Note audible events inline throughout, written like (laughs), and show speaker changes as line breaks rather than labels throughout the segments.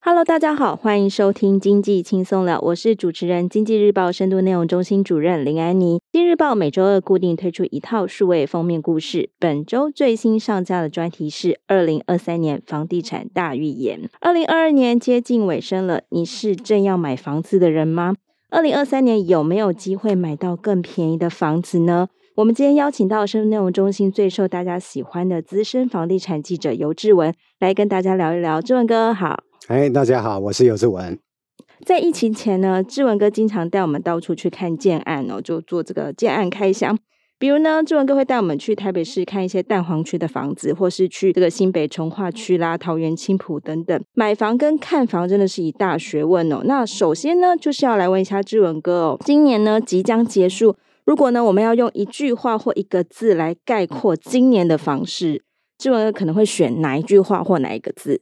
Hello，大家好，欢迎收听《经济轻松聊》，我是主持人、经济日报深度内容中心主任林安妮。经日报每周二固定推出一套数位封面故事，本周最新上架的专题是“二零二三年房地产大预言”。二零二二年接近尾声了，你是正要买房子的人吗？二零二三年有没有机会买到更便宜的房子呢？我们今天邀请到深度内容中心最受大家喜欢的资深房地产记者尤志文来跟大家聊一聊。志文哥好。
哎，大家好，我是尤志文。
在疫情前呢，志文哥经常带我们到处去看建案哦，就做这个建案开箱。比如呢，志文哥会带我们去台北市看一些蛋黄区的房子，或是去这个新北从化区啦、桃园青浦等等。买房跟看房真的是一大学问哦。那首先呢，就是要来问一下志文哥哦，今年呢即将结束，如果呢我们要用一句话或一个字来概括今年的房市，志文哥可能会选哪一句话或哪一个字？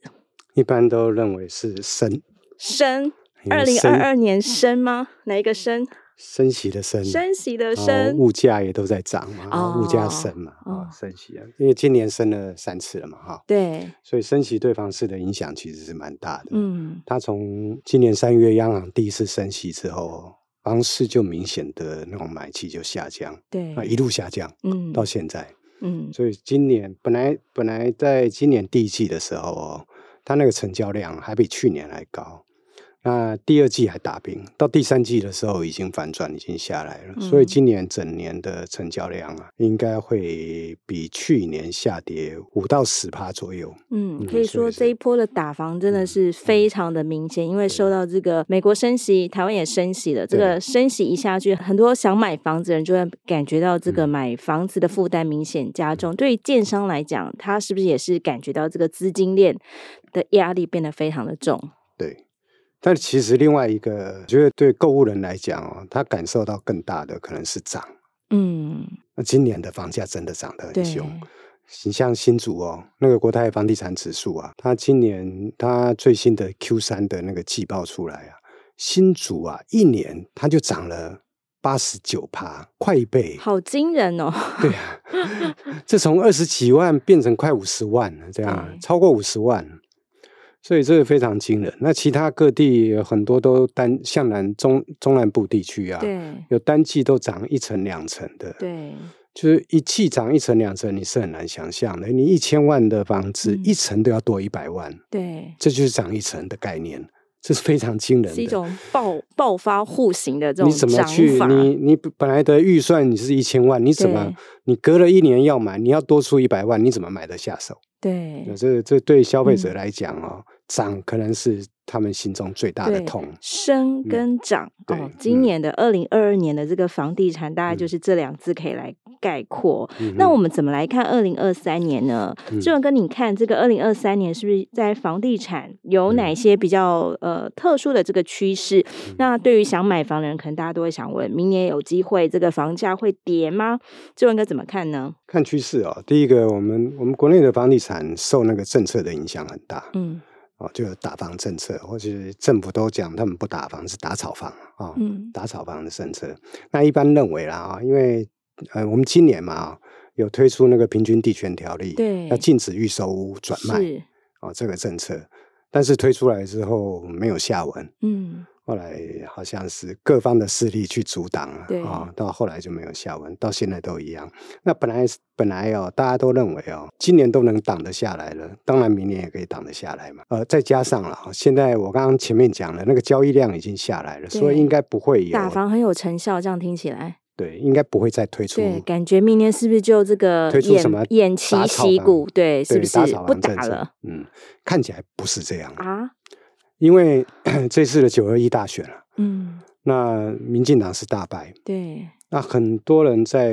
一般都认为是升，
升。
因
二
为
零
升
二二年升吗？哪一个升？
升息的升啊，
升息的
然后
升。
物价也都在涨嘛，然后物价
哦
升嘛，
哦
啊，升息啊，因为今年升了三次了嘛，哈，
对，
所以升息对房市的影响其实是蛮大的。，
嗯，
它从今年三月央行第一次升息之后，房市就明显的那种买气就下降，
对，
啊，一路下降
嗯，
到现在。
嗯，
所以今年本来本来在今年第一季的时候哦，它那个成交量还比去年还高。那第二季还打平，到第三季的时候已经反转，已经下来了。所以
嗯
今年整年的成交量啊，应该会比去年下跌五到十趴左右。
嗯，
嗯
可以
所以
说
是嗯
这一波的打房真的是非常的明显，因为受到这个美国升息，台湾也升息了，这
对
个升息一下去，很多想买房子的人就会感觉到这个
嗯
买房子的负担明显加重。对于建商来讲，他是不是也是感觉到这个资金链的压力变得非常的重？
对，但其实另外一个，我觉得对购物人来讲哦，他感受到更大的可能是涨。
嗯，
那今年的房价真的涨得
对
很，凶，你像新竹哦，那个国泰房地产指数啊，它今年它最新的 Q 三的那个季报出来啊，新竹啊一年它就涨了八十九趴，快一倍。
好惊人哦！
对啊，这从二十几万变成快五十万了，这样啊
对
超过五十万，所以这个非常惊人。那其他各地有很多都单向南中中南部地区啊，
对
有单季都涨一层两层的，
对，
就是一气涨一层两层，你是很难想象的。你一千万的房子，
嗯
一层都要多一百万，
对，
这就是涨一层的概念，这是非常惊人
是一
的。
种暴暴发户型的这种
你怎么
涨
去？
法。
你你本来的预算你是一千万，你怎
对
么你隔了一年要买，你要多出一百万，你怎么买得下手？
对
那这这对消费者
嗯
来讲哦，涨可能是他们心中最大的
对
痛。
升
嗯
跟涨、哦
对，
今
嗯
年的二零二二年的这个房地产，大概就
嗯
是这两字可以来概括。
嗯
那
哼
我们怎么来看二零二三年呢？
嗯
志文哥，你看这个二零二三年是不是在房地产有哪
嗯
些比较呃特殊的这个趋势？那对于想买房的人，可能大家都会想问：明年有机会这个房价会跌吗？志文哥怎么看呢？
看趋势哦，第一个，我们我们国内的房地产受那个政策的影响很大。
嗯
哦，就是打房政策，或是政府都讲他们不打房，是打炒房啊、哦
嗯
打炒房的政策。那一般认为啦啊、因为呃，我们今年嘛啊、有推出那个平均地权条例，
对
要禁止预售屋转卖
是
哦这个政策，但是推出来之后没有下文，
嗯
后来好像是各方的势力去阻挡了
对
啊、到后来就没有下文，到现在都一样。那本来本来哦，大家都认为哦，今年都能挡得下来了，当然明年也可以挡得下来嘛。呃，再加上了哦，现在我刚刚前面讲了，那个交易量已经下来了，所
对
以应该不会有
打房很有成效，这样听起来。
对，应该不会再推出
对，感觉明年是不是就这个
推出
偃
什么
偃旗
打草
息
房
鼓？对，是
对
不
打
是
扫
不
房政
打
策
了？
嗯，看起来不是这样，
啊？
因 (coughs) 为这次的九二一大选了、啊
嗯，
那民进党是大败，
对，
那很多人在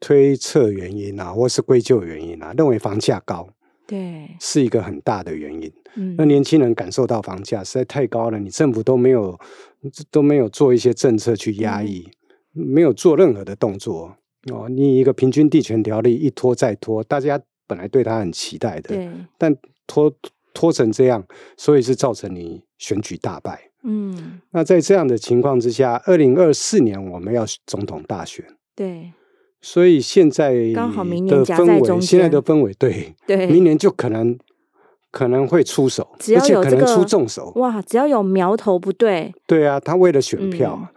推测原因啊，或是归咎原因啊，认为房价高
对，
是一个很大的原因。
嗯
那年轻人感受到房价实在太高了，你政府都没有都没有做一些政策去压
嗯
抑，没有做任何的动作哦。你一个平均地权条例一拖再拖，大家本来对他很期待的，
对，
但拖拖成这样，所以是造成你选举大败。
嗯，
那在这样的情况之下，二零二四年我们要总统大选，
对
所以现在
刚好明年
的
夹在
氛
中
围，现在
间
的氛围对，
对，
明年就可能可能会出手，
只要
而且
有
可
这
能出
个
重手。
哇，只要有苗头不对，
对啊，他为了
嗯
选票啊，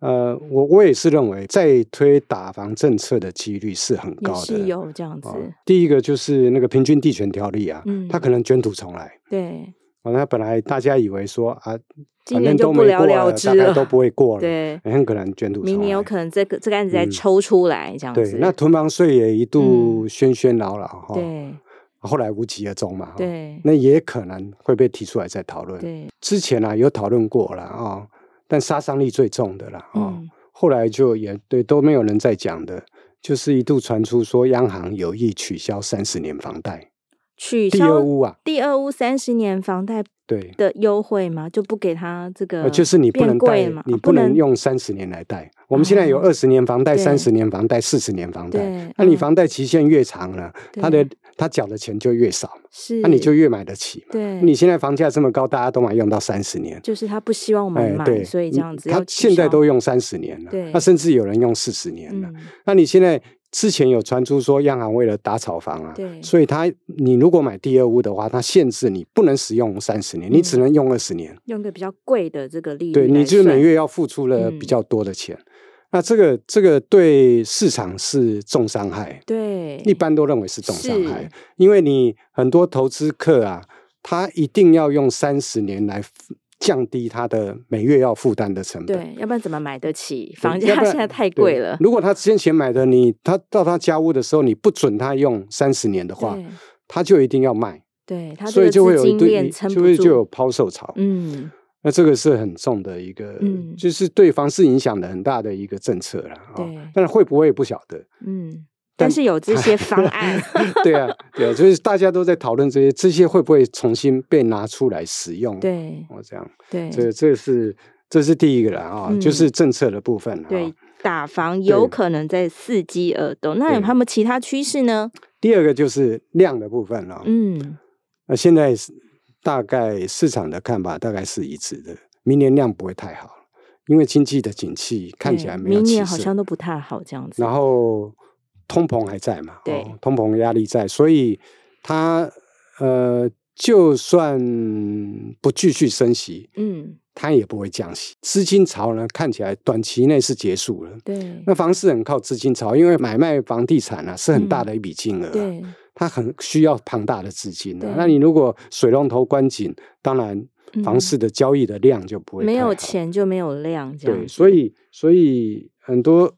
呃，我我也是认为再推打房政策的几率是很
也
高的。
是有这样子，
哦第一个就是那个平均地权条例啊，
嗯
他可能卷土重来。
对
哦，那本来大家以为说啊，
今
反
年
正
就
都
不
没
了
过
了之
大概
了
都不会过了，，
对，
很可能卷土重来。
明年有可能这个这个案子再
哎嗯
抽出来这样
对
子，，
那囤房税也一度喧喧扰扰哈，
嗯对
后来无疾而终嘛，哈，
对
那也可能会被提出来再讨论。
对，
之前啊有讨论过了啊、哦但杀伤力最重的了啊。哦
嗯
后来就也对都没有人在讲的，就是一度传出说央行有意取消三十年房贷，
取
第二
消
屋啊，
第二屋三十年房贷
对，
的优惠嘛，就不给他这个
呃，
变贵了嘛，
就是你不能贷，你
啊
不能
能
用三十年来贷。我们现在有
哦
二十年房贷、
对
三十年房贷、四十年房贷
对，
那你
嗯
房贷期限越长了，他的他缴的钱就越少，
是，
那你就越买得起嘛。
对，
你现在房价这么高，大家都买用到三十年，
就是他不希望我们
哎，
买，
对，
所以这
嗯
样子要
他
取
现在
消
都用三十年了，
对
那甚至有人用四十年了。
嗯
那你现在之前有传出说央行为了打炒房啊，
对
所以它你如果买第二屋的话，它限制你不能使用三十年，你只能用二十年，
用个比较贵的这个利率
对你
嗯来
就是每
算嗯
月要付出了比较多的钱。那这个这个对市场是重伤害，
对
一般都认为是重伤害
是，
因为你很多投资客啊，他一定要用三十年来降低他的每月要负担的成本。
对，要不然怎么买得起？
对
房价
要不然
现在太
对
贵了。
如果他先前买的你，他到他家屋的时候，你不准他用三十年的话，
对，
他就一定要卖，
对，它
所以
这
就
个
会有
资
一
金
堆，
链撑
就
不
会就有
住。
抛售潮。
嗯，
那这个是很重的一个，
嗯
就是对房市影响的很大的一个政策了啊、哦
对。
但是会不会不晓
(laughs)
得？
嗯，但
但
是有这些方
(laughs)
案，
对啊，对啊，就是大家都在讨论这些，这些会不会重新被拿出来使用？，
对
哦，这样，
对
这这是这是第一个了啊、
嗯
就是政策的部分啊、
对，打房有可能在伺机而动。那有
对
他们其他趋势呢？
第二个就是量的部分哦了、
嗯，
那现在是大概市场的看法大概是一致的，明年量不会太好，因为经济的景气看起
对
来没有
明
起
年好
色
像都不太好这样子。
然后通膨还在嘛，哦
对
通膨压力在，所以它呃，就算不继续升息，
嗯，
它也不会降息。资金潮呢，看起来短期内是结束了。
对
那房市很靠资金潮，因为买卖房地产啊是很大的一笔金额、啊
嗯对
它很需要庞大的资金的、
对
那你如果水龙头关紧，当然房
嗯
市的交易的量就不会、
没有。钱就没有量这样
对，
子。
所以所以很多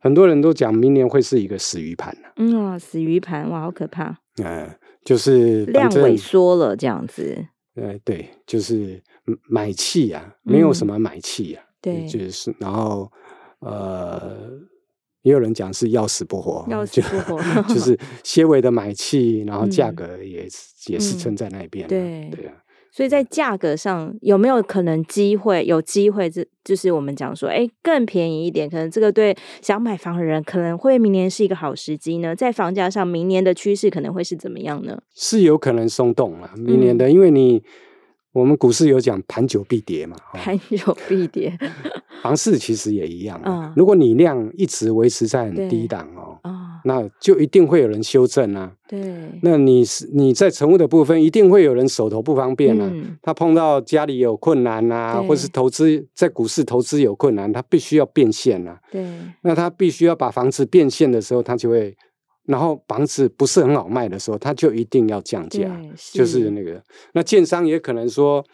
很多人都讲明年会是一个死鱼盘啊
嗯啊，死鱼盘哇，好可怕，
呃，就是
量
反正
萎缩了这样子。
呃，对，就是嗯买气啊，没有什
嗯
么买气啊，
对
就是然后呃。也有人讲是要死不活，啊
要死
哦就
不活
(laughs) 就是些微的买气，然后价
嗯
格也、也是撑在那边啊、
对
对啊，
所以在价格上有没有可能机会？有机会，这就是我们讲说，哎，更便宜一点，可能这个对想买房的人可能会明年是一个好时机呢。在房价上，明年的趋势可能会是怎么样呢？ (laughs)
是有可能松动啊，明
嗯
年的，因为你我们股市有讲盘久必跌嘛，哦
盘久必 (laughs) 跌
房市其实也一样、啊，
嗯
如果你量一直维持在很
对
低档哦，
啊，
那就一定会有人修正啊。
对，
那你是你在成物的部分，一定会有人手头不方便啊。
嗯
他碰到家里有困难啊，
对
或是投资在股市投资有困难，他必须要变现啊。
对
那他必须要把房子变现的时候，他就会，然后房子不是很好卖的时候，他就一定要降价。
对，
啊就是那个，那建商也可能说，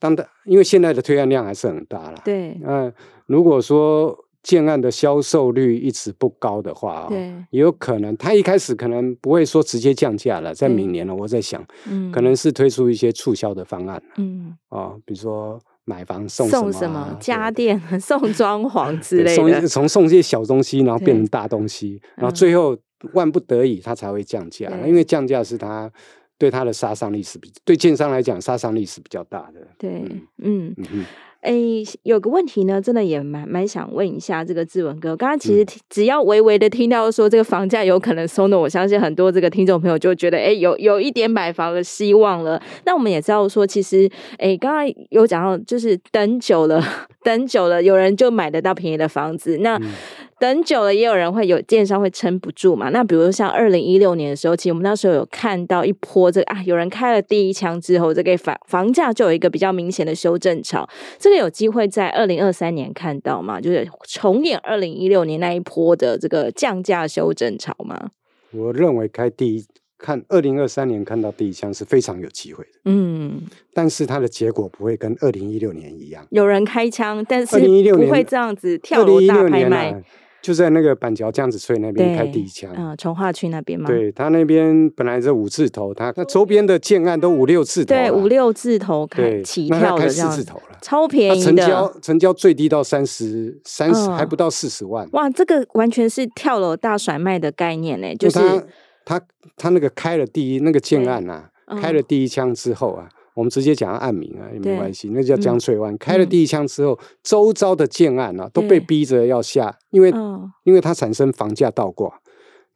当他因为现在的推案量还是很大啦。
对
那、如果说建案的销售率一直不高的话、哦，
对，
也有可能他一开始可能不会说直接降价了，在
对
明年了，我在想，
嗯，
可能是推出一些促销的方案
嗯
啊、比如说买房送什么,、啊
送什么家
(laughs)
电、送装潢之
对
类
送一
的，
从送这些小东西，然后变
对
成大东西，然后
嗯
最后万不得已它才会降价，
对
因为降价是它对它的杀伤力是比对建商来讲杀伤力是比较大的。
对
嗯，
嗯。
嗯哼，
诶，有个问题呢，真的也蛮蛮想问一下这个志文哥。刚刚
嗯
其实听只要微微的听到说这个房价有可能松动，我相信很多这个听众朋友就觉得，诶，有有一点买房的希望了。那我们也知道说，其实，诶，刚刚有讲到，就是等久了， (laughs) 等久了，有人就买得到便宜的房子。那
嗯
等久了，也有人会有建商会撑不住嘛。那比如像二零一六年的时候，其实我们那时候有看到一波这个啊，有人开了第一枪之后，这个房房价就有一个比较明显的修正潮。这个有机会在二零二三年看到吗？就是重演二零一六年那一波的这个降价修正潮吗？
我认为开第一看二零二三年看到第一枪是非常有机会的，
嗯，
但是它的结果不会跟二零一六年一样。
有人开枪，但是
二零一六
不
年
会这样子跳楼大
2016
拍
年
卖。
啊，就在那个板桥江子翠那边
对，
开第一枪。
嗯，从化区那边吗？。
对他那边本来是五字头，他那周边的建案都五六字头啦，
哦
啊
对，五六字头开
对
起
那他
跳
开
的这
四
样
字
子，
头了，
超
他
便宜
成
的。
交成交最低到三十三十
嗯
还不到四十万，
哇，这个完全是跳楼大甩卖的概念呢，就是
他他他那个开了第一那个建
对
案啊，
嗯
开了第一枪之后啊。我们直接讲案名啊，也没
对
关系，那叫江
嗯
翠湾。开了
嗯
第一枪之后，周遭的建案啊，都被
对
逼着要下，因为
嗯
因为它产生房价倒挂，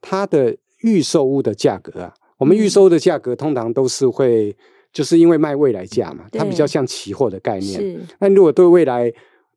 它的预售屋的价格啊，我们
嗯
预售屋的价格通常都是会，就是因为卖未来价嘛，它比
对
较像期货的概念。啊
是，
那如果对未来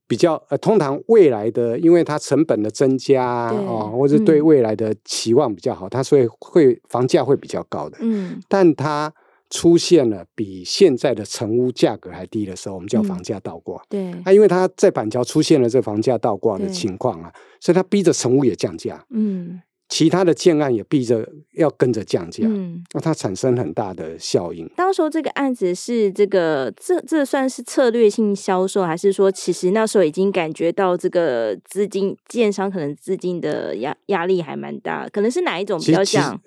比较呃，通常未来的，因为它成本的增加啊
对
哦，或者对
嗯
未来的期望比较好，它所以会房价会比较高的。
嗯，
但它出现了比现在的成屋价格还低的时候，我们叫
嗯
房价倒挂。
对，
那、因为它在板桥出现了这房价倒挂的
对
情况啊，所以它逼着成屋也降价，
嗯
其他的建案也逼着要跟着降价，
嗯。
那它产生很大的效应。
当时候这个案子是这个这这算是策略性销售，还是说其实那时候已经感觉到这个资金建商可能资金的压压力还蛮大，可能是哪一种比
其
较
实其实
像？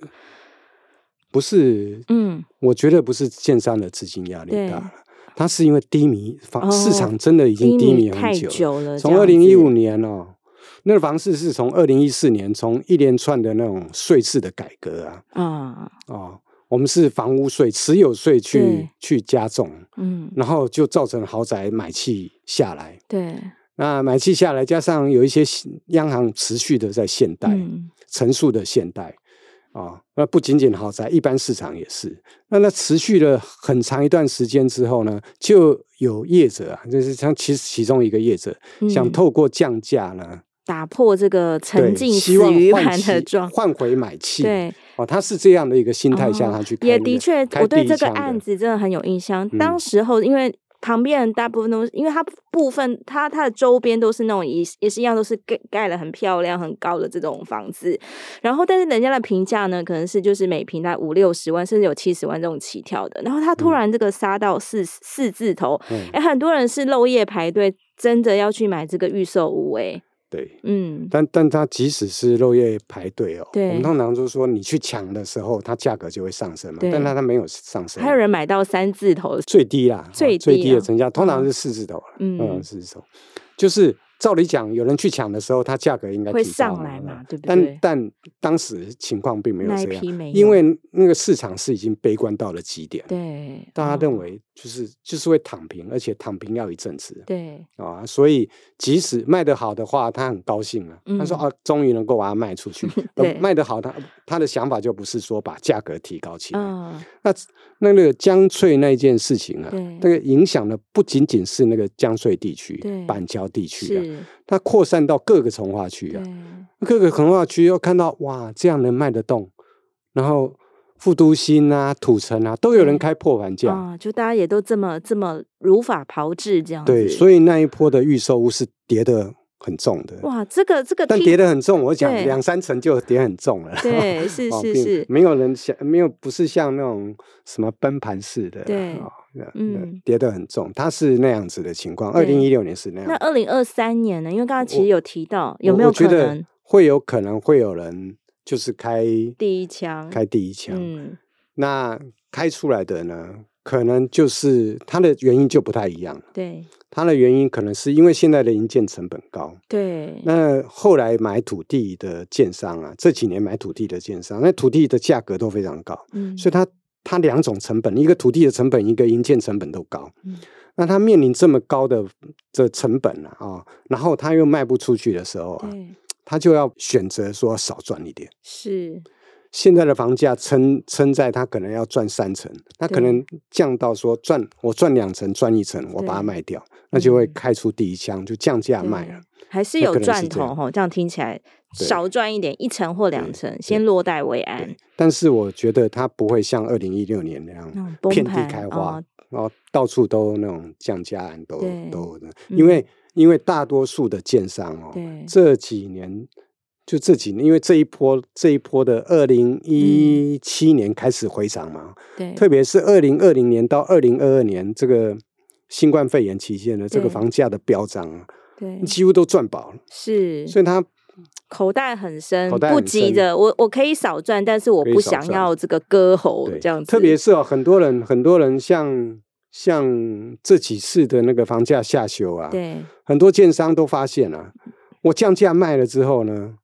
不是，
嗯，
我觉得不是建商的资金压力
对
大了，它是因为低迷房、
哦
市场真的已经低迷很
太
久了，
久了，
从
这
二
样
零一五
子
年哦。那房市是从二零一四年，从一连串的那种税制的改革啊，
啊，
哦，我们是房屋税、持有税去
对
去加重，
嗯，
然后就造成豪宅买气下来。
对，
那买气下来，加上有一些央行持续的在限贷、
嗯，
陈述的限贷啊、那不仅仅豪宅，一般市场也是。那那持续了很长一段时间之后呢，就有业者啊，就是像其其中一个业者、想
嗯
透过降价呢，
打破这个
对，
沉浸死
希望
于
换
盘
其
的状
换回买气。
对，
哦，他是这样的一个心态下，
哦
他去开
也
那个
的确，
开
我对
第一
这个
枪的
案子真的很有印象。
嗯
当时候因为。旁边人大部分都是，因为它部分它它的周边都是那种也也是一样，都是盖盖的很漂亮、很高的这种房子，然后但是人家的评价呢，可能是就是每平在五六十万，甚至有七十万这种起跳的，然后它突
嗯
然这个杀到四四字头，
嗯
哎、很多人是漏夜排队，真的要去买这个预售屋、哎，
对，
嗯，
但但它即使是漏夜排队哦，我
对
们通常就说你去抢的时候，它价格就会上升嘛，
对
但它它没有上升，
还有人买到三字头，
最低啦，哦
最
最
低
低的
啊
成交通
嗯
常是四字头啦嗯，
嗯
四字头，就是照理讲，有人去抢的时候，它价格应该
会
提高嗯
上来嘛对不
但
对
但当时情况并没有
那一
这样，
批没
因
有
为那个市场是已经悲观到了极点，，
对，
大家
哦
认为就是就是会躺平，而且躺平要一阵子，
对，
啊，所以即使卖得好的话，他很高兴啊，他说
嗯
啊，终于能够把它卖出去。
(laughs)
呃
对
卖得好，他他的想法就不是说把价格提高起来。
嗯，
那那个江翠那件事情啊
对，
那个影响的不仅仅是那个江翠地区
对、
板桥地区啊，
是，
它扩散到各个从化区啊
对，，
各个从化区又看到哇，这样能卖得动，然后富都新啊、土城啊，都有人
对
开破盘价。
啊，就大家也都这么这么如法炮制这样子，
对，所以那一波的预售屋是跌得很重的。
哇，这个这个
但
听
跌得很重，我讲
对
两三成就跌很重了。 (laughs)
对，是
哦
是
并
是，
没有人想，没有不是像那种什么崩盘式的，
对
哦那
嗯
那跌得很重，它是那样子的情况。二
对
零一六年是那
那
样，
二零二三年呢？因为刚刚其
我
实有提到，有
我
没有
我觉
可
得
能
会有可能会有人就是开
第一枪？
开第一枪，
嗯，
那开出来的呢，可能就是它的原因就不太一样。
对，
它的原因可能是因为现在的营建成本
嗯
高，
对，
那后来买土地的建商啊，这几年买土地的建商，那土地的价格都非常高，
嗯
所以它它两种成本，一个土地的成本，一个营建成本都高。
嗯
那它面临这么高的这成本啊，哦，然后它又卖不出去的时候啊，
对
它就要选择说少赚一点。
是，
现在的房价撑撑在它可能要赚三成，它可
对
能降到说赚我赚两成赚一成，我把它
对
卖掉，那就会
嗯
开出第一枪，就降价卖
对
了。
还是
那
有
可能是
赚
这样
头哈，这样听起来
对
少赚一点，一层或两
对
层，
对
先落袋为安
对，，但是我觉得它不会像二零一六年那样
那种崩
遍地
盘
开花，
哦
然后到处都那种降价案都
对
都有的，
嗯
因为、因为大多数的建商哦
对，
这几年就这几年，因为这一波这一波的二零一七年开始回涨嘛，
嗯对，
特别是二零二零年到二零二二年这个新冠肺炎期间的这
对
个房价的飙涨啊，
对
几乎都赚饱了，
是，
所以它
口袋很深，
口袋
不
很
急
深
着我我可以少赚，但是我
可以
不
少
想
赚
要这个割喉
对，
这样子，
特别是哦，很多人很多人像像这几次的那个房价下修啊，
对
很多建商都发现了、我降价卖了之后呢，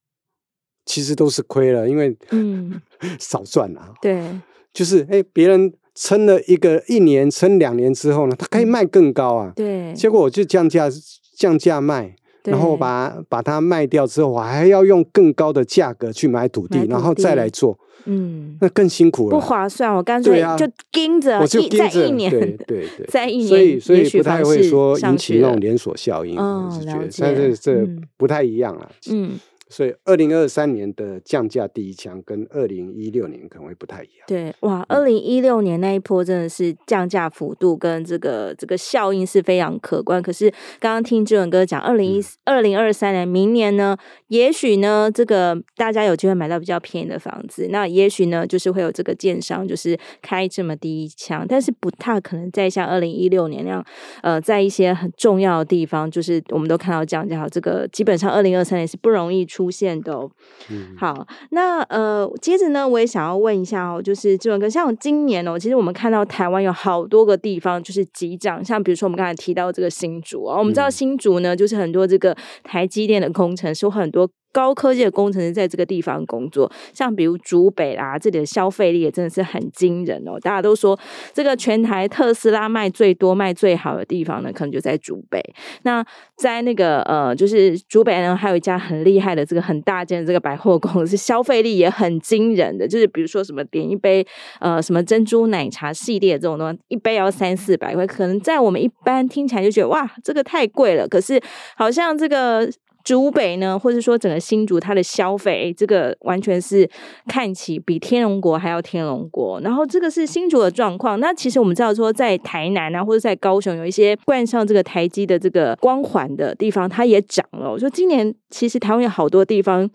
其实都是亏了，因为 (laughs)
嗯
少赚了啊、
对
就是哎，别人撑了一个一年，撑两年之后呢，他可以卖更高啊，
嗯对，
结果我就降价降价卖。然后
对
把把它卖掉之后，我还要用更高的价格去买土地，
买
然
土
后再来
地
做，
嗯
那更辛苦了。
不划算，我干脆
对啊
就盯着
我就
一在
盯着
一年，
对对对，
在一
所以
年
所
也
以
许
不太
房
会
市
说
上
引
去
起那
了
种连锁效应，
哦
我是
了
觉得，
解
但是这
嗯
不太一样了。
(laughs) 嗯
所以二零二三年的降价第一枪跟二零一六年可能会不太一样。
对，哇，二零一六年那一波真的是降价幅度跟这个这个效应是非常可观。可是刚刚听志文哥讲，二零一二零二三年明年呢，也许呢，这个大家有机会买到比较便宜的房子，那也许呢，就是会有这个建商就是开这么低一枪，但是不大可能再像二零一六年那样，呃，在一些很重要的地方，就是我们都看到降价，这个基本上二零二三年是不容易出现的、哦。
嗯，
好，那呃，接着呢，我也想要问一下哦，就是志文哥，像今年哦，其实我们看到台湾有好多个地方就是急涨，像比如说我们刚才提到这个新竹哦，我们知道
嗯
新竹呢，就是很多这个台积电的工程师，有很多高科技的工程师在这个地方工作，像比如竹北啦，这里的消费力也真的是很惊人哦。大家都说这个全台特斯拉卖最多、卖最好的地方呢，可能就在竹北。那在那个呃，就是竹北呢，还有一家很厉害的这个很大间的这个百货公司，消费力也很惊人的，就是比如说什么点一杯呃什么珍珠奶茶系列这种东西，一杯要三四百块，可能在我们一般听起来就觉得哇，这个太贵了。可是好像这个。竹北呢，或者说整个新竹，它的消费这个完全是看起比天龙国还要天龙国。然后这个是新竹的状况。那其实我们知道说，在台南啊，或者在高雄有一些冠上这个台积的这个光环的地方，它也涨了哦。我说今年其实台湾有好多地方，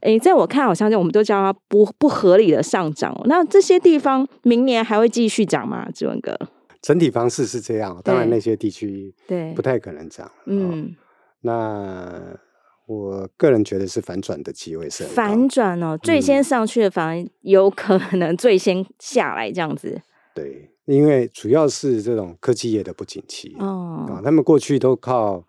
诶，在我看好像我们都叫它不不合理的上涨哦。那这些地方明年还会继续涨吗？志文哥，
整体方式是这样，当然
对
那些地区
对
不太可能涨。哦，
嗯，
那我个人觉得是反转的嗯机会是很高
反转哦，最先上去的反而有可能最先下来这样子
对，因为主要是这种科技业的不景气啊、
哦。
他们过去都靠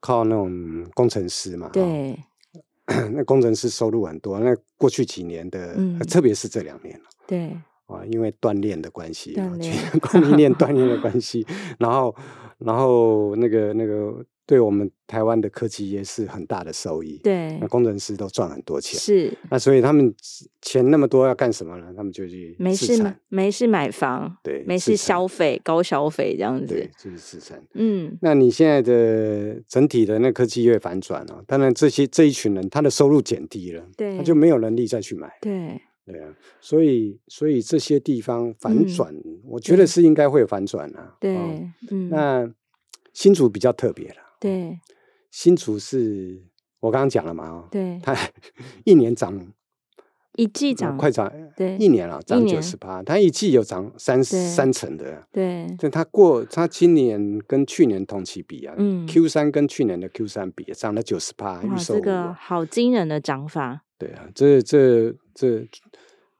靠那种工程师嘛，哦哦
对，
(coughs) 那工程师收入很多。那过去几年的，
嗯
呃特别是这两年
对，
啊，因为锻炼的关系啊
锻，
去
炼
(laughs) 供应链
(laughs)
锻炼的关系，然后然后那个那个对我们台湾的科技业是很大的收益。
对
那，工程师都赚很多钱，
是
那所以他们钱那么多要干什么呢？他们就去
没
自
事
产
买没事买房，
对
没
自
事
产
消费高消费这样
对
子，，
就是自产。
嗯，
那你现在的整体的那科技业反转哦，当然这些这一群人他的收入减低了，
对
他就没有能力再去买，
对，
对啊，所以所以这些地方
嗯
反转，我觉得是应该会有反转啊。
对
哦，
嗯，
那新竹比较特别了，
对
新竹是我刚刚讲了嘛，哦，
对，
它 (laughs) 一年涨
一季
呃
涨，
快涨，
对
一年了啊
一
涨
年
九十八，它一季有涨三
对
三成的啊，
对
但它过它今年跟去年同期比啊，
嗯
q 三跟去年的 Q 三比涨了九十八，
哇，
预售
这个
屋
好惊人的涨法，
对啊，这这这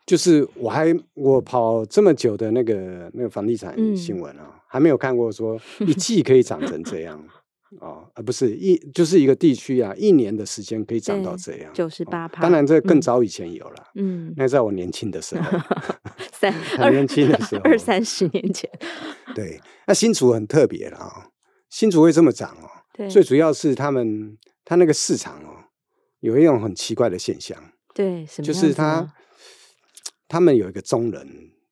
就是我还我跑这么久的那个那个房地产
嗯 (laughs)
新闻啊，还没有看过说一季可以涨成这样，哦，而不是一就是一个地区啊，一年的时间可以涨到这样，
对98%
哦当然，这更
嗯
早以前有了，
嗯，
那在我年轻的时
(laughs)
候， (laughs)
三
很
二
年轻的时候
二三十年前，
对，那新竹很特别了啊、新竹会这么涨哦，
(laughs) 对
最主要是他们他那个市场哦，有一种很奇怪的现象，
对，什么
就是
样子
他
呢
他们有一个中人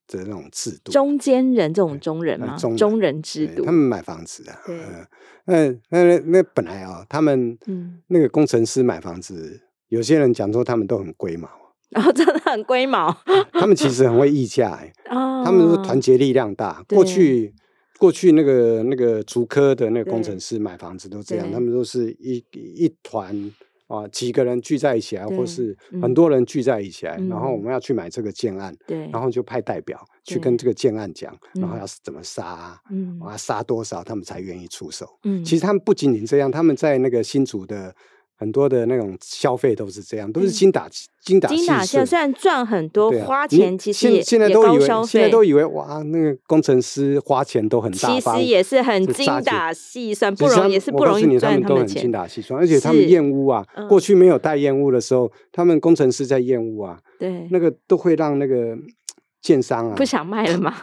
的那种制度，
中间人这种中人
呃
嘛，
中人
中人制
对
度
他，们买房子啊，
对
呃 (laughs) 那那那那本来啊、他们
嗯
那个工程师买房子，有些人讲说他们都很龟毛，啊
然后真的很龟毛 (laughs)
他们其实很会议价、欸，
啊，
他们是团结力量大。
对
过去过去那个那个竹科的那个工程
对
师买房子都这样，
对
他们都是一一团啊几个人聚在一起来，啊
对
或是
嗯
很多人聚在一起来，然后我
嗯
们要去买这个建案，
对，
然后就派代表去
对
跟这个建案讲，然后
嗯
要是怎么杀啊，
嗯
我要杀多少，他们才愿意出手。
嗯，
其实他们不仅仅这样，他们在那个新竹的。很多的那种消费都是这样，都是
嗯
精打精打
精打细算
细算，
虽然赚很多，
对啊
花
你
钱其实
现
也
现在
也
都
高
以为
消
现在
费
都以为哇，那个工程师花钱都很大
其
方，
实也是很
是
精
榨取
打细算，
其
不
实他
容
们
易，也是
我
不
告
容
诉
易
你他
赚
们
他
都
们
很
的
精
钱。
打细算，而且他们
是
验屋啊，
嗯
过去没有带验屋的时候，他们工程师在验屋啊，
对，
那个都会让那个建商啊
不想卖
(laughs)
了嘛，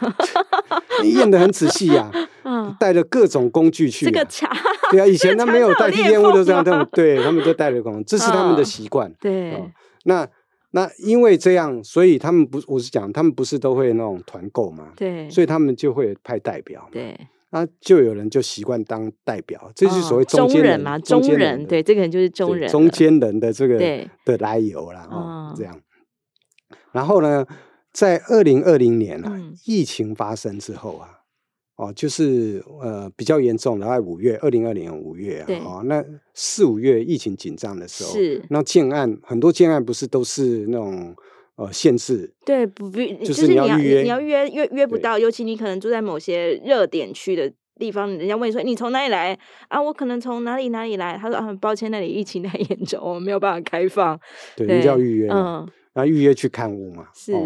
验的很仔细啊，
(laughs) 嗯，
带着各种工具去、啊，
这个茶，
对啊，以前他没有带
这个
去
常常有
验屋都这样，
裂缝 (laughs) 吗
他们对他们都带着工，这是他们的
嗯
习惯。
(laughs) 对
哦，那那因为这样，所以他们不，我是讲他们不是都会那种团购嘛，
对，
所以他们就会派代表嘛。
对，
那就有人就习惯当代表，这就是所
嗯
谓中间
人嘛，中
间
人，
的
对，这个人就是中
对
人了，
中间人的这个
对
的来由啦，哦，
嗯
这样。然后呢，在二零二零年啊，
嗯
疫情发生之后啊，哦，就是呃比较严重的，在五月，二零二零年五月啊
对，
哦，那四五月疫情紧张的时候，
是，
那建案很多建案不是都是那种呃限制，
对，不必，
就是
你
你要
要
预约
你要约约约不
对
到，尤其你可能住在某些热点区的地方，人家问你说你从哪里来啊？我可能从哪里哪里来，他说啊，很抱歉，那里疫情太严重， (laughs) 我没有办法开放。
对，人家要预约哦嘛，
嗯，
然后预约去看屋嘛，
是，
哦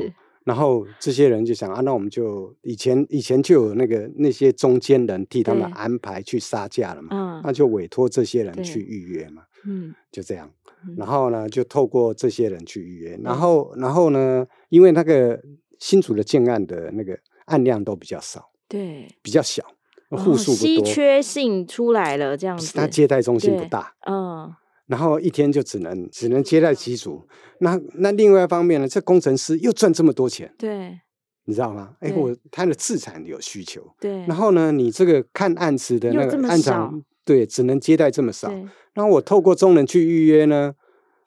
然后这些人就想啊，那我们就以前以前就有那个那些中间人替他们
对
安排去杀价了嘛，
嗯
那就委托这些
对
人去预约嘛，
嗯
就这样
嗯。
然后呢，就透过这些人去预约，然后然后呢，因为那个新竹的建案的那个案量都比较少，
对，
比较小，
哦
户数
稀
不多，
缺性出来了，这样
不是
子。
它接待中心不
对
大，
嗯，
然后一天就只能只能接待几组。那那另外一方面呢，这工程师又赚这么多钱，
对
你知道吗？哎，
对
我他的自产有需求，
对，
然后呢，你这个看案子的
又
那
这
个
么
案
少
场，对，只能接待这么少。
对
然后我透过中人去预约呢，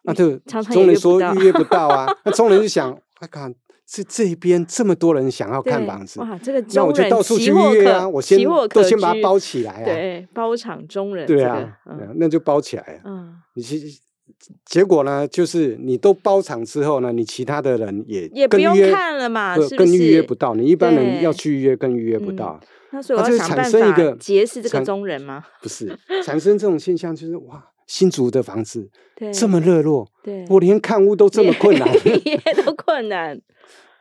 那就
常常也约
中人
不
说
到
预约不到
(laughs)
啊，那中人就想，我靠，这这边这么多人想要看
对
房子，
哇，这个
那
中
我就
人
到处
奇
去
货
预约
可
啊，我先
奇货
都
可
先把它
居
包起来啊，
对，包场中人，
对
这
啊
个，嗯
那就包起来啊。
嗯，
你其结果呢，就是你都包场之后呢，你其他的人也
也不
更
用
约
看了嘛
不
是不
更预约
是
不到，你一般人要
对
去预约更预约不
嗯
到，
那所以
它
我
就
要想
会产
办
生一
法
个
结识这个
产
中人吗？
不是产生这种现象，就是哇，新竹的房子
对，
这么热络，
对，，
我连看屋都这么困难
也都困
(laughs)
难，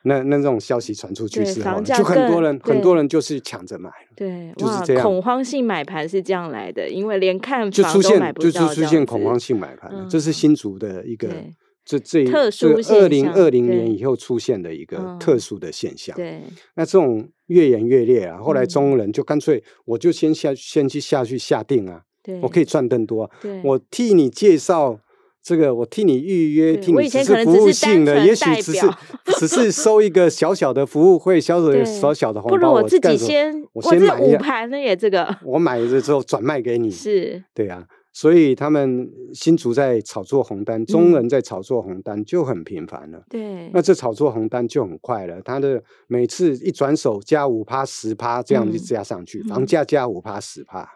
那那这种消息
(laughs)
传出去
对
之
房
后呢，
价
就很多
更
人很多
对
人就是抢着买，
对，
就是
哇
这，样
恐慌性买盘是这样来的，因为连看
就
房
出
都买
现
不
就
到
出
这
出
样
现恐
子
慌性买盘了，这
嗯
是新竹的一个
对
这这
特殊现
二零
象
二零
对
年以后出现的一个
嗯
特殊的现象，
对，
那这种越演越烈啊，后来
嗯
中人就干脆我就先下先去下去下定啊，
对，
我可以赚更多啊、
对，
我替你介绍这个，我替你预约，
对
替
我
你
以前
只
可
是
能
服
只
务
是
性
单
的，
纯
也许
代
只是
表
只是收一个小小的服务费，小小
对
的小小的红
不如
包，
我自己
干什么
先，
我
哇，
先
这
买一
五
下
盘了耶，这个
我买了之后转卖给你，
是，
对啊。所以他们新竹在炒作红单，
嗯
中人在炒作红单就很频繁了。
对，
那这炒作红单就很快了，它的每次一转手加五趴十趴，这样
嗯
就加上去，
嗯
房价加五趴十趴，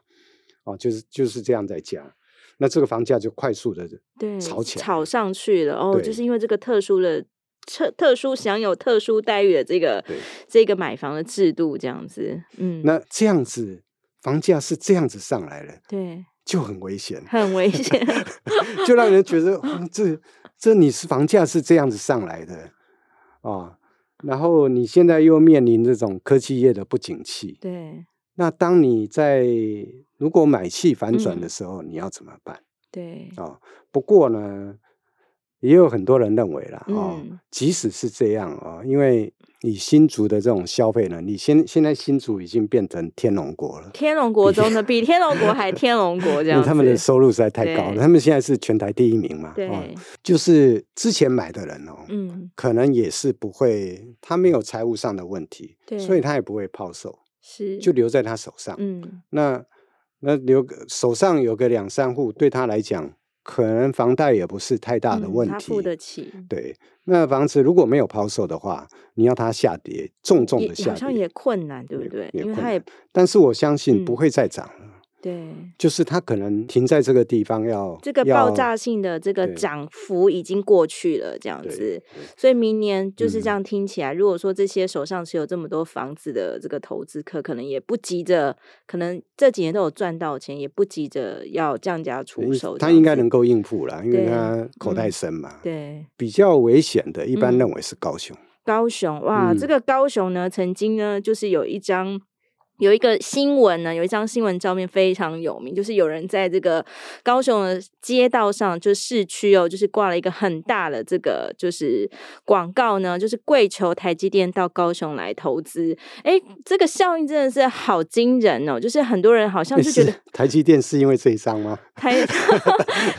哦，就是就是这样在加，那这个房价就快速的
对，
炒起来
炒
了，
上去了哦，就
对
是因为这个特殊的特特殊享有特殊待遇的这个
对
这个买房的制度这样子，嗯，
那这样子房价是这样子上来了，
对，，
就很危险 (laughs)
很危险，
就让人觉得、嗯这这你是房价是这样子上来的啊、哦然后你现在又面临这种科技业的不景气，
对
那当你在如果买气反转
嗯
的时候，你要怎么办？
对，
哦，不过呢，也有很多人认为啦，哦，
嗯
即使是这样哦，因为以新竹的这种消费能力，现现在新竹已经变成天龙国了，
天龙国中的比天龙国
(laughs)
还天龙国哦这
因
样
为
子，
他们的收入实在太高了，
对
他们现在是全台第一名嘛，
对，
哦，就是之前买的人哦，
嗯，
可能也是不会，他没有财务上的问题，
对
所以他也不会抛售，
是，
就留在他手上，
嗯，
那那留个手上有个两三户，对他来讲，可能房贷也不是太大的
嗯
问
他
题。
付得起，
对，那房子如果没有抛售的话，你要它下跌，重重
也
的
也
下
好像也
跌。
困难，对不对？
也
因为
困
他
难
也
但是我相信不
嗯
会再涨了，
对
就是它可能停在这个地方要
这个
要
爆炸性的这个
对
涨幅已经过去了，这样
对
子。
对
所以明年就是这
嗯
样听起来，如果说这些手上持有这么多房子的这个投资客，可能也不急着，可能这几年都有赚到钱，也不急着要降价出
因
手。
呃它应该能。够应付啦，因为
对
它口袋
嗯
深嘛。
对，
比较危险的，一般
嗯
认为是高雄。
高雄哇，这
嗯
个高雄呢，曾经呢，就是有一张。有一个新闻呢，有一张新闻照片非常有名，就是有人在这个高雄的街道上，就市区哦，就是挂了一个很大的这个就是广告呢，就是跪求台积电到高雄来投资。哎，这个效应真的是好惊人哦！就是很多人好像
但
就觉得
是 (laughs) 台积电是因为这一张吗？
台 (laughs)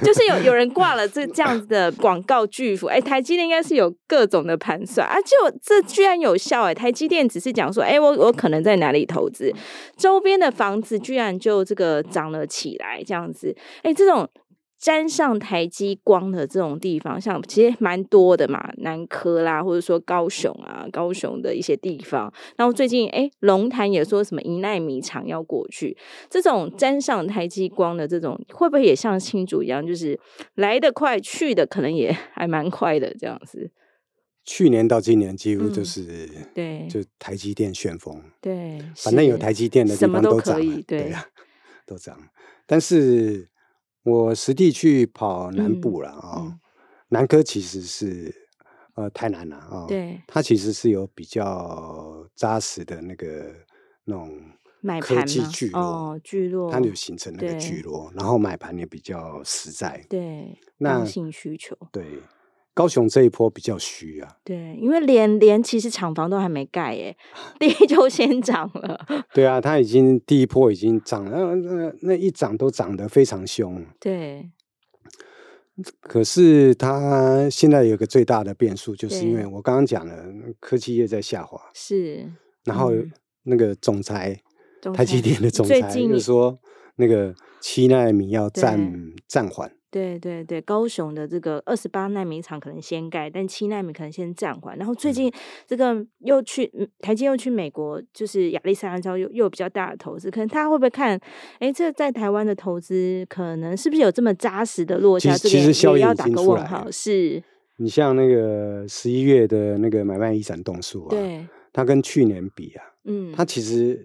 就是有有人挂了这这样子的广告巨幅，哎、台积电应该是有各种的盘算啊，就这居然有效哎、台积电只是讲说，哎、我我可能在哪里投资，周边的房子居然就这个涨了起来，这样子，哎、这种。沾上台积光的这种地方，像其实蛮多的嘛，南科啦，或者说高雄啊，高雄的一些地方。然后最近，哎，龙潭也说什么一奈米厂要过去，这种沾上台积光的这种，会不会也像新竹一样，就是来得快，去的可能也 (laughs) 还蛮快的这样子？
去年到今年几乎就
嗯
是、
对
就台积电旋风。
对，
反正有
是
台积电的地
什么
方
都
涨
可以
了，
对
啊，都涨了。但是我实地去跑南
嗯
部了啊、哦
嗯
南科其实是呃台南了啊、哦
对
它其实是有比较扎实的那个那种
买
科
盘
技
吗
聚落，
哦聚
它
落
有形成那个
对
聚落，然后买盘也比较实在，
对
那
刚性需求，
对。高雄这一波比较虚啊，
对，因为连连其实厂房都还没盖
(laughs)
耶，第一就先涨了，
对啊，它已经第一波已经涨了，呃那那那一涨都涨得非常凶，
对
可是它现在有个最大的变数，就是因为
对
我刚刚讲了，科技业在下滑，
是
然后
嗯
那个总裁，
总
台积
裁
电的总
最
裁
近
就说，那个七纳米要
对
暂暂缓，
对对对，高雄的这个二十八纳米厂可能先盖，但七纳米可能先暂缓。然后最
嗯
近这个又去、嗯台积又去美国，就是亚利桑那州又又有比较大的投资，可能他会不会看？哎，这在台湾的投资可能是不是有这么扎实的落
其
下？
实
这
其
个
实效
也
应
要
已
打
经
个
出
问
来
号。
了
是，
你像那个十一月的那个买卖遗产动数啊，
对，
它跟去年比啊，
嗯，
它其实。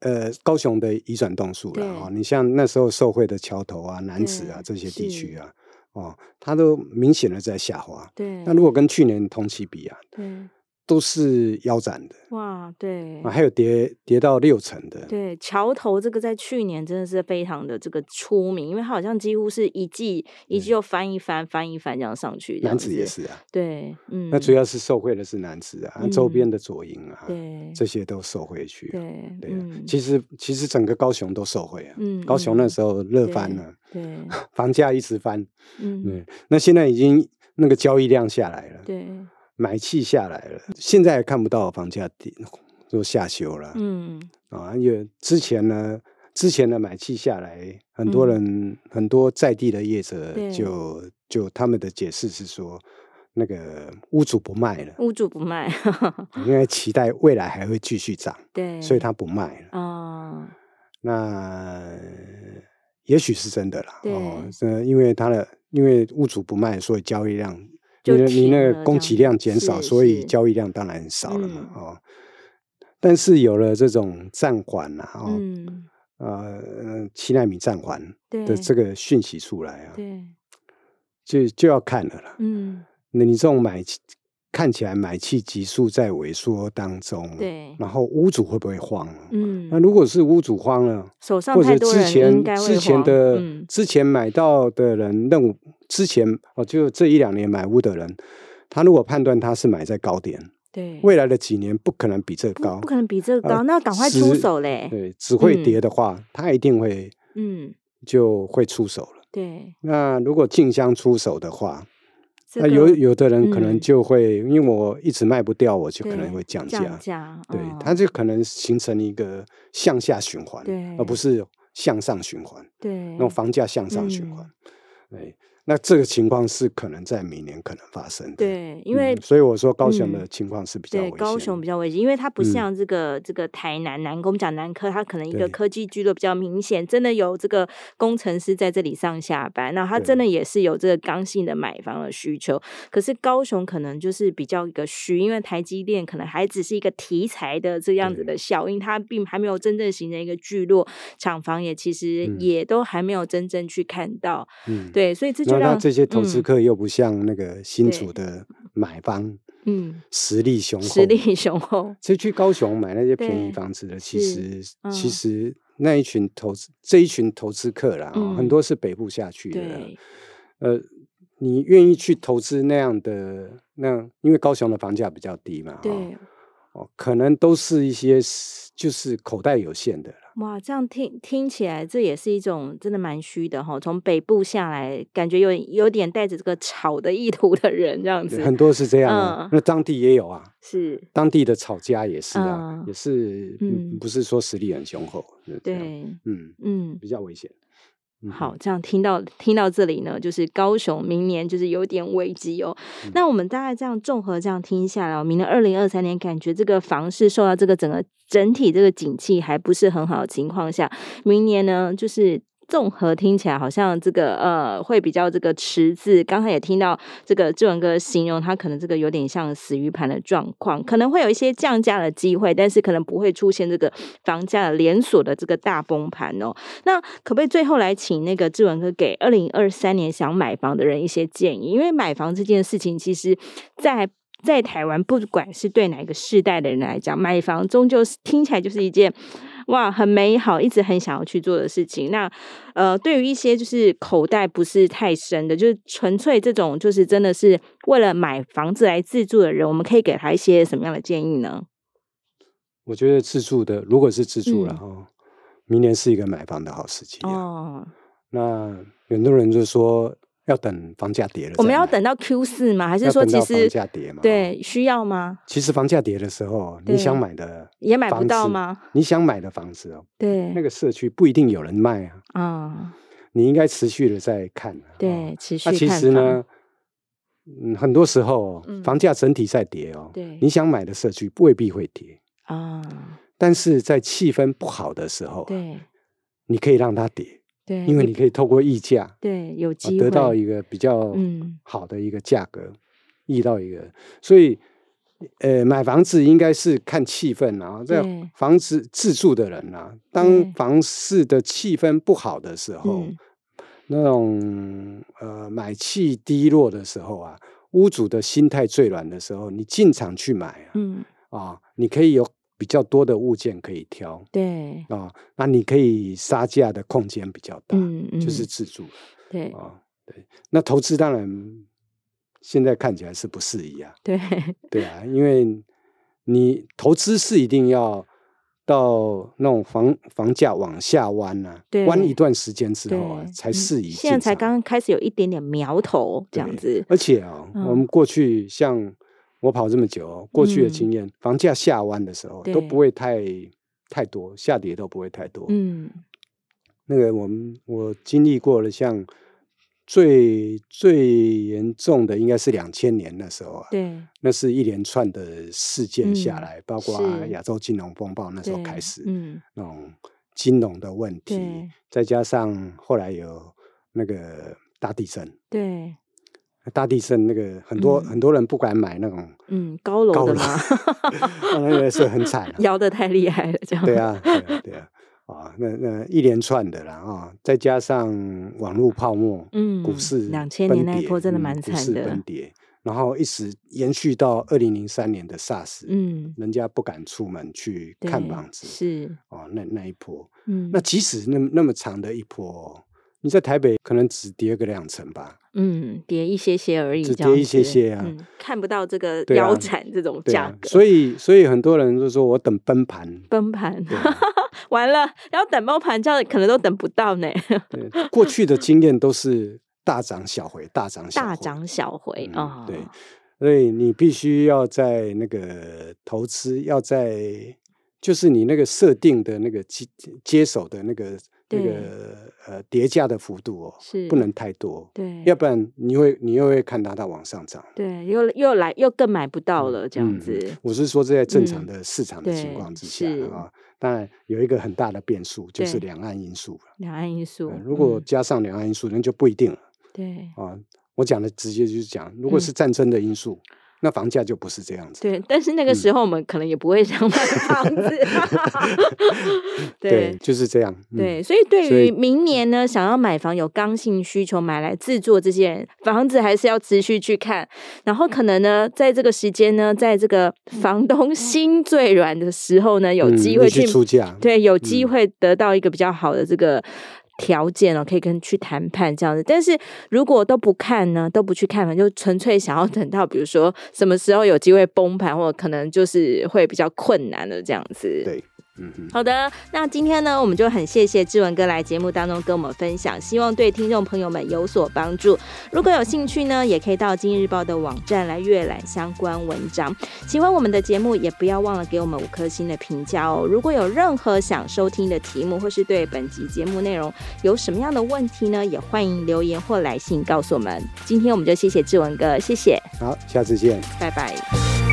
呃，高雄的移转动数
对
了哦，你像那时候受惠的桥头啊、南子啊这
对
些地区
是
啊，哦，它都明显的在下滑。
对，
那如果跟去年同期比啊，
对，
都是腰斩的，
哇，对
啊，。还有跌跌到六成的，
嗯对，桥头这个在去年真的是非常的这个出名，因为它好像几乎是一季一季
对
又翻一翻，翻一翻这样上去。这
嗯男
样
子也
子
是啊，
对，嗯，
那主要是受惠的是男子啊，啊周
嗯
边的左营啊，
对
这些都受惠去啊，
对
对啊
嗯，
其实其实整个高雄都受惠啊，
嗯
高雄那
嗯
时候热翻了，
对，
房价一直翻，
嗯
对，那现在已经那个交易量下来了，
对，嗯
买气下来了，现在还看不到房价跌，都下修了，
嗯
啊，因为之前呢，之前的买气下来，很多
嗯
人、很多在地的业者
对
就就他们的解释是说，那个屋主不卖了，
屋主不卖，
因为期待未来还会继续涨，
对，
所以他不卖了。
啊，
那也许是真的啦，哦
对，
这因为他的因为屋主不卖，所以交易量。
就
你的你
停
那
了
个
这
供
样子
给量减少，
是
所以
是
交易量当然少了嘛，
嗯
哦。但是有了这种暂缓啊，哦，
嗯，
呃七纳米暂缓
对
的这个讯息出来啊，
对，
就就要看了啦。
嗯
那你这种买气看起来买气急速在萎缩当中，，
对，
然后屋主会不会慌了？
嗯
嗯那，如果是屋主慌了，
手上
或者
太多
之
人应
前
该会
之前
慌
的、
嗯
之前买到的人认为，之前哦，就这一两年买屋的人，他如果判断他是买在高点，
对，
未来的几年不可能比这
不
高
不，可能比这个
呃
高，那赶快出
只
手嘞。
对，只会
嗯
跌的话，他一定会
嗯，
就会出手了。
对，
那如果竞相出手的话，
这
那有
个
有的人可能
嗯
就会，因为我一直卖不掉，我就可
对
能会降价。
降价，
对，
嗯
它就可能形成一个向下循环，
对
而不是向上循环，
对
那种房价向上循环
嗯。
对，那这个情况是可能在明年可能发生的。嗯，
对，因为
所以我说高雄的
嗯
情况是比较
对
危险。
高雄比较危险，因为它不
嗯
像这个、这个台南南工讲南科，它可能一个
对
科技聚落比较明显，真的有这个工程师在这里上下班，那它真的
对
也是有这个刚性的买房的需求。可是高雄可能就是比较一个虚，因为台积电可能还只是一个题材的这样子
对
的效应，它并还没有真正形成一个聚落，厂房也其实
嗯
也都还没有真正去看到。
嗯，
对，所以这就
那
让
那这些投资
嗯
客又不像那个新
对
竹的买方
嗯
实力雄厚，
实力 (laughs) 雄厚，
其实去高雄买那些便
对
宜房子的，其
是
实、
嗯
其实那一群投资这一群投资客啦、哦
嗯
很多是北部下去的
对。
呃，你愿意去投资那样的那样，因为高雄的房价比较低嘛，哦
对，
哦，可能都是一些是就是口袋有限的啦。
哇，这样听听起来，这也是一种真的蛮虚的哈。从北部下来，感觉有有点带着这个炒的意图的人，这样子
很多是这样啊
嗯，
那当地也有啊，
是
当地的炒家也是啊，
嗯
也是，
嗯
嗯，不是说实力很雄厚，就是这样，
对，
嗯，
嗯。
比较危险。嗯哼
好，，这样听到听到这里呢，就是高雄明年就是有点危机哦。
嗯
那我们大概这样综合这样听下来哦，明年二零二三年感觉这个房市受到这个整个整体这个景气还不是很好的情况下，明年呢就是。综合听起来好像这个呃会比较这个迟滞，刚才也听到这个志文哥形容他可能这个有点像死鱼盘的状况，可能会有一些降价的机会，但是可能不会出现这个房价的连锁的这个大崩盘哦。那可不可以最后来请那个志文哥给二零二三年想买房的人一些建议？因为买房这件事情，其实在在台湾，不管是对哪个世代的人来讲，买房终究是听起来就是一件。哇，很美好，一直很想要去做的事情。那呃，对于一些就是口袋不是太深的，就是纯粹这种就是真的是为了买房子来自住的人，我们可以给他一些什么样的建议呢？
我觉得自住的，如果是自住了
嗯
哈、明年是一个买房的好时机、啊。
哦，
那很多人就说要等房价跌了再买，
我们要等到 Q 四吗？还是
要
说
等
其
到
实
房价跌嘛？，
对需要吗？
其实房价跌的时候，
对
你想买的
也买不
房子
到吗？
你想买的房子哦，
对，
那个社区不一定有人卖啊，
啊、
你应该持续的在看、啊。
对，，持续
那、其
看
实
房，
呢，嗯，很多时候、哦
嗯
房价整体在跌哦，
对
你想买的社区未必会跌，
啊，
但是在气氛不好的时候，，啊
对
你可以让它跌，
对，
因为你可以透过溢价。
对有
啊
机会
得到一个比较
嗯
好的一个价格，遇到一个，所以呃，买房子应该是看气氛啊，这
对
房子自住的人啊，
对
当房市的气氛不好的时候，
嗯
那种呃买气低落的时候啊，屋主的心态最软的时候，你进场去买啊，
嗯，
啊你可以有比较多的物件可以挑
对，
啊，那你可以杀价的空间比较大，
嗯嗯，
就是自住。
对
哦，对，那投资当然现在看起来是不适宜啊，
对
对啊，因为你投资是一定要到那种房房价往下弯啊，弯
对
一段时间之后啊
对，
才
嗯
适宜、
现在才刚，开始有一点点苗头这样
对
子，
而且啊、我
嗯
们过去像我跑这么久哦、过去的
嗯
经验，房价下弯的时候都
对
不会太太多，下跌都不会太多，
嗯
那个我们我经历过了，像最最严重的应该是两千年那时候啊，
对
那是一连串的事件下
嗯
来，包括啊
是
亚洲金融风暴那时候
对
开始，
嗯
那种金融的问
对
题，再加上后来有那个大地震，
对
大地震那个很多、
嗯
很多人不敢买那种
嗯高楼
高
的
楼，
嘛，
那个是很惨、啊，
(laughs) 摇的太厉害了这样，
对
(laughs)
啊，对啊，对啊，啊，那那一连串的啦啊、再加上网络泡沫，
嗯
股市
2000嗯
崩
年那一
跌
波真的
嗯
蛮
股
惨
市
的
崩跌，然后一直延续到二零零三年的 SARS，、
嗯，
人家不敢出门去
对
看房子
是，
哦，那那一波，
嗯，
那即使那么那么长的一波哦，你在台北可能只跌个两成吧，
嗯，叠一些些而已，
只
这样
叠一些
子
些啊
嗯，看不到这个
对啊
腰斩这种
对
价
啊
格，，
所以所以很多人就说我等
(laughs)
崩盘，
崩盘
对啊
完了，要等崩盘，这样可能都等不到呢，
对，过去的经验都是大涨小回，大涨小
大
回
涨小回
嗯
啊，
对，所以你必须要在那个投资，要在就是你那个设定的那个接接手的那个那
对
个呃叠加的幅度哦，
是
不能太多，
对，
要不然你会你又会看到它往上涨。
对，又又来又更买不到了，这样
嗯
子，
我是说这在正常
嗯
的市场的情
对
况之下
是
啊，当然有一个很大的变数就是
对
两岸因素了。
两岸因素
呃，如果
嗯
加上两岸因素，那就不一定了
对
啊。我讲的直接就是讲，如果
嗯
是战争的因素，那房价就不是这样子。
对，但是那
嗯
个时候我们可能也不会想买房
(laughs)
子， (laughs) 对。
就是这样。嗯、
对，所以对
所以嗯
于明年呢，想要买房有刚性需求买来自住的这些人，房子还是要持续去看。然后可能呢，在这个时间呢，在这个房东 (laughs) 心最软的时候呢，有
嗯
机
你
会
去出价，
对，有机
嗯
会得到一个比较好的这个条件哦，可以跟去谈判这样子。但是如果都不看呢，都不去看嘛，就纯粹想要等到比如说什么时候有机会崩盘，或者可能就是会比较困难的这样子。
对嗯哼。
好的，那今天呢，我们就很谢谢志文哥来节目当中跟我们分享，希望对听众朋友们有所帮助。如果有兴趣呢，也可以到《今日报》的网站来阅览相关文章。喜欢我们的节目，也不要忘了给我们五颗星的评价哦。如果有任何想收听的题目，或是对本集节目内容有什么样的问题呢，也欢迎留言或来信告诉我们。今天我们就谢谢志文哥，谢谢，
好，下次见。
拜拜。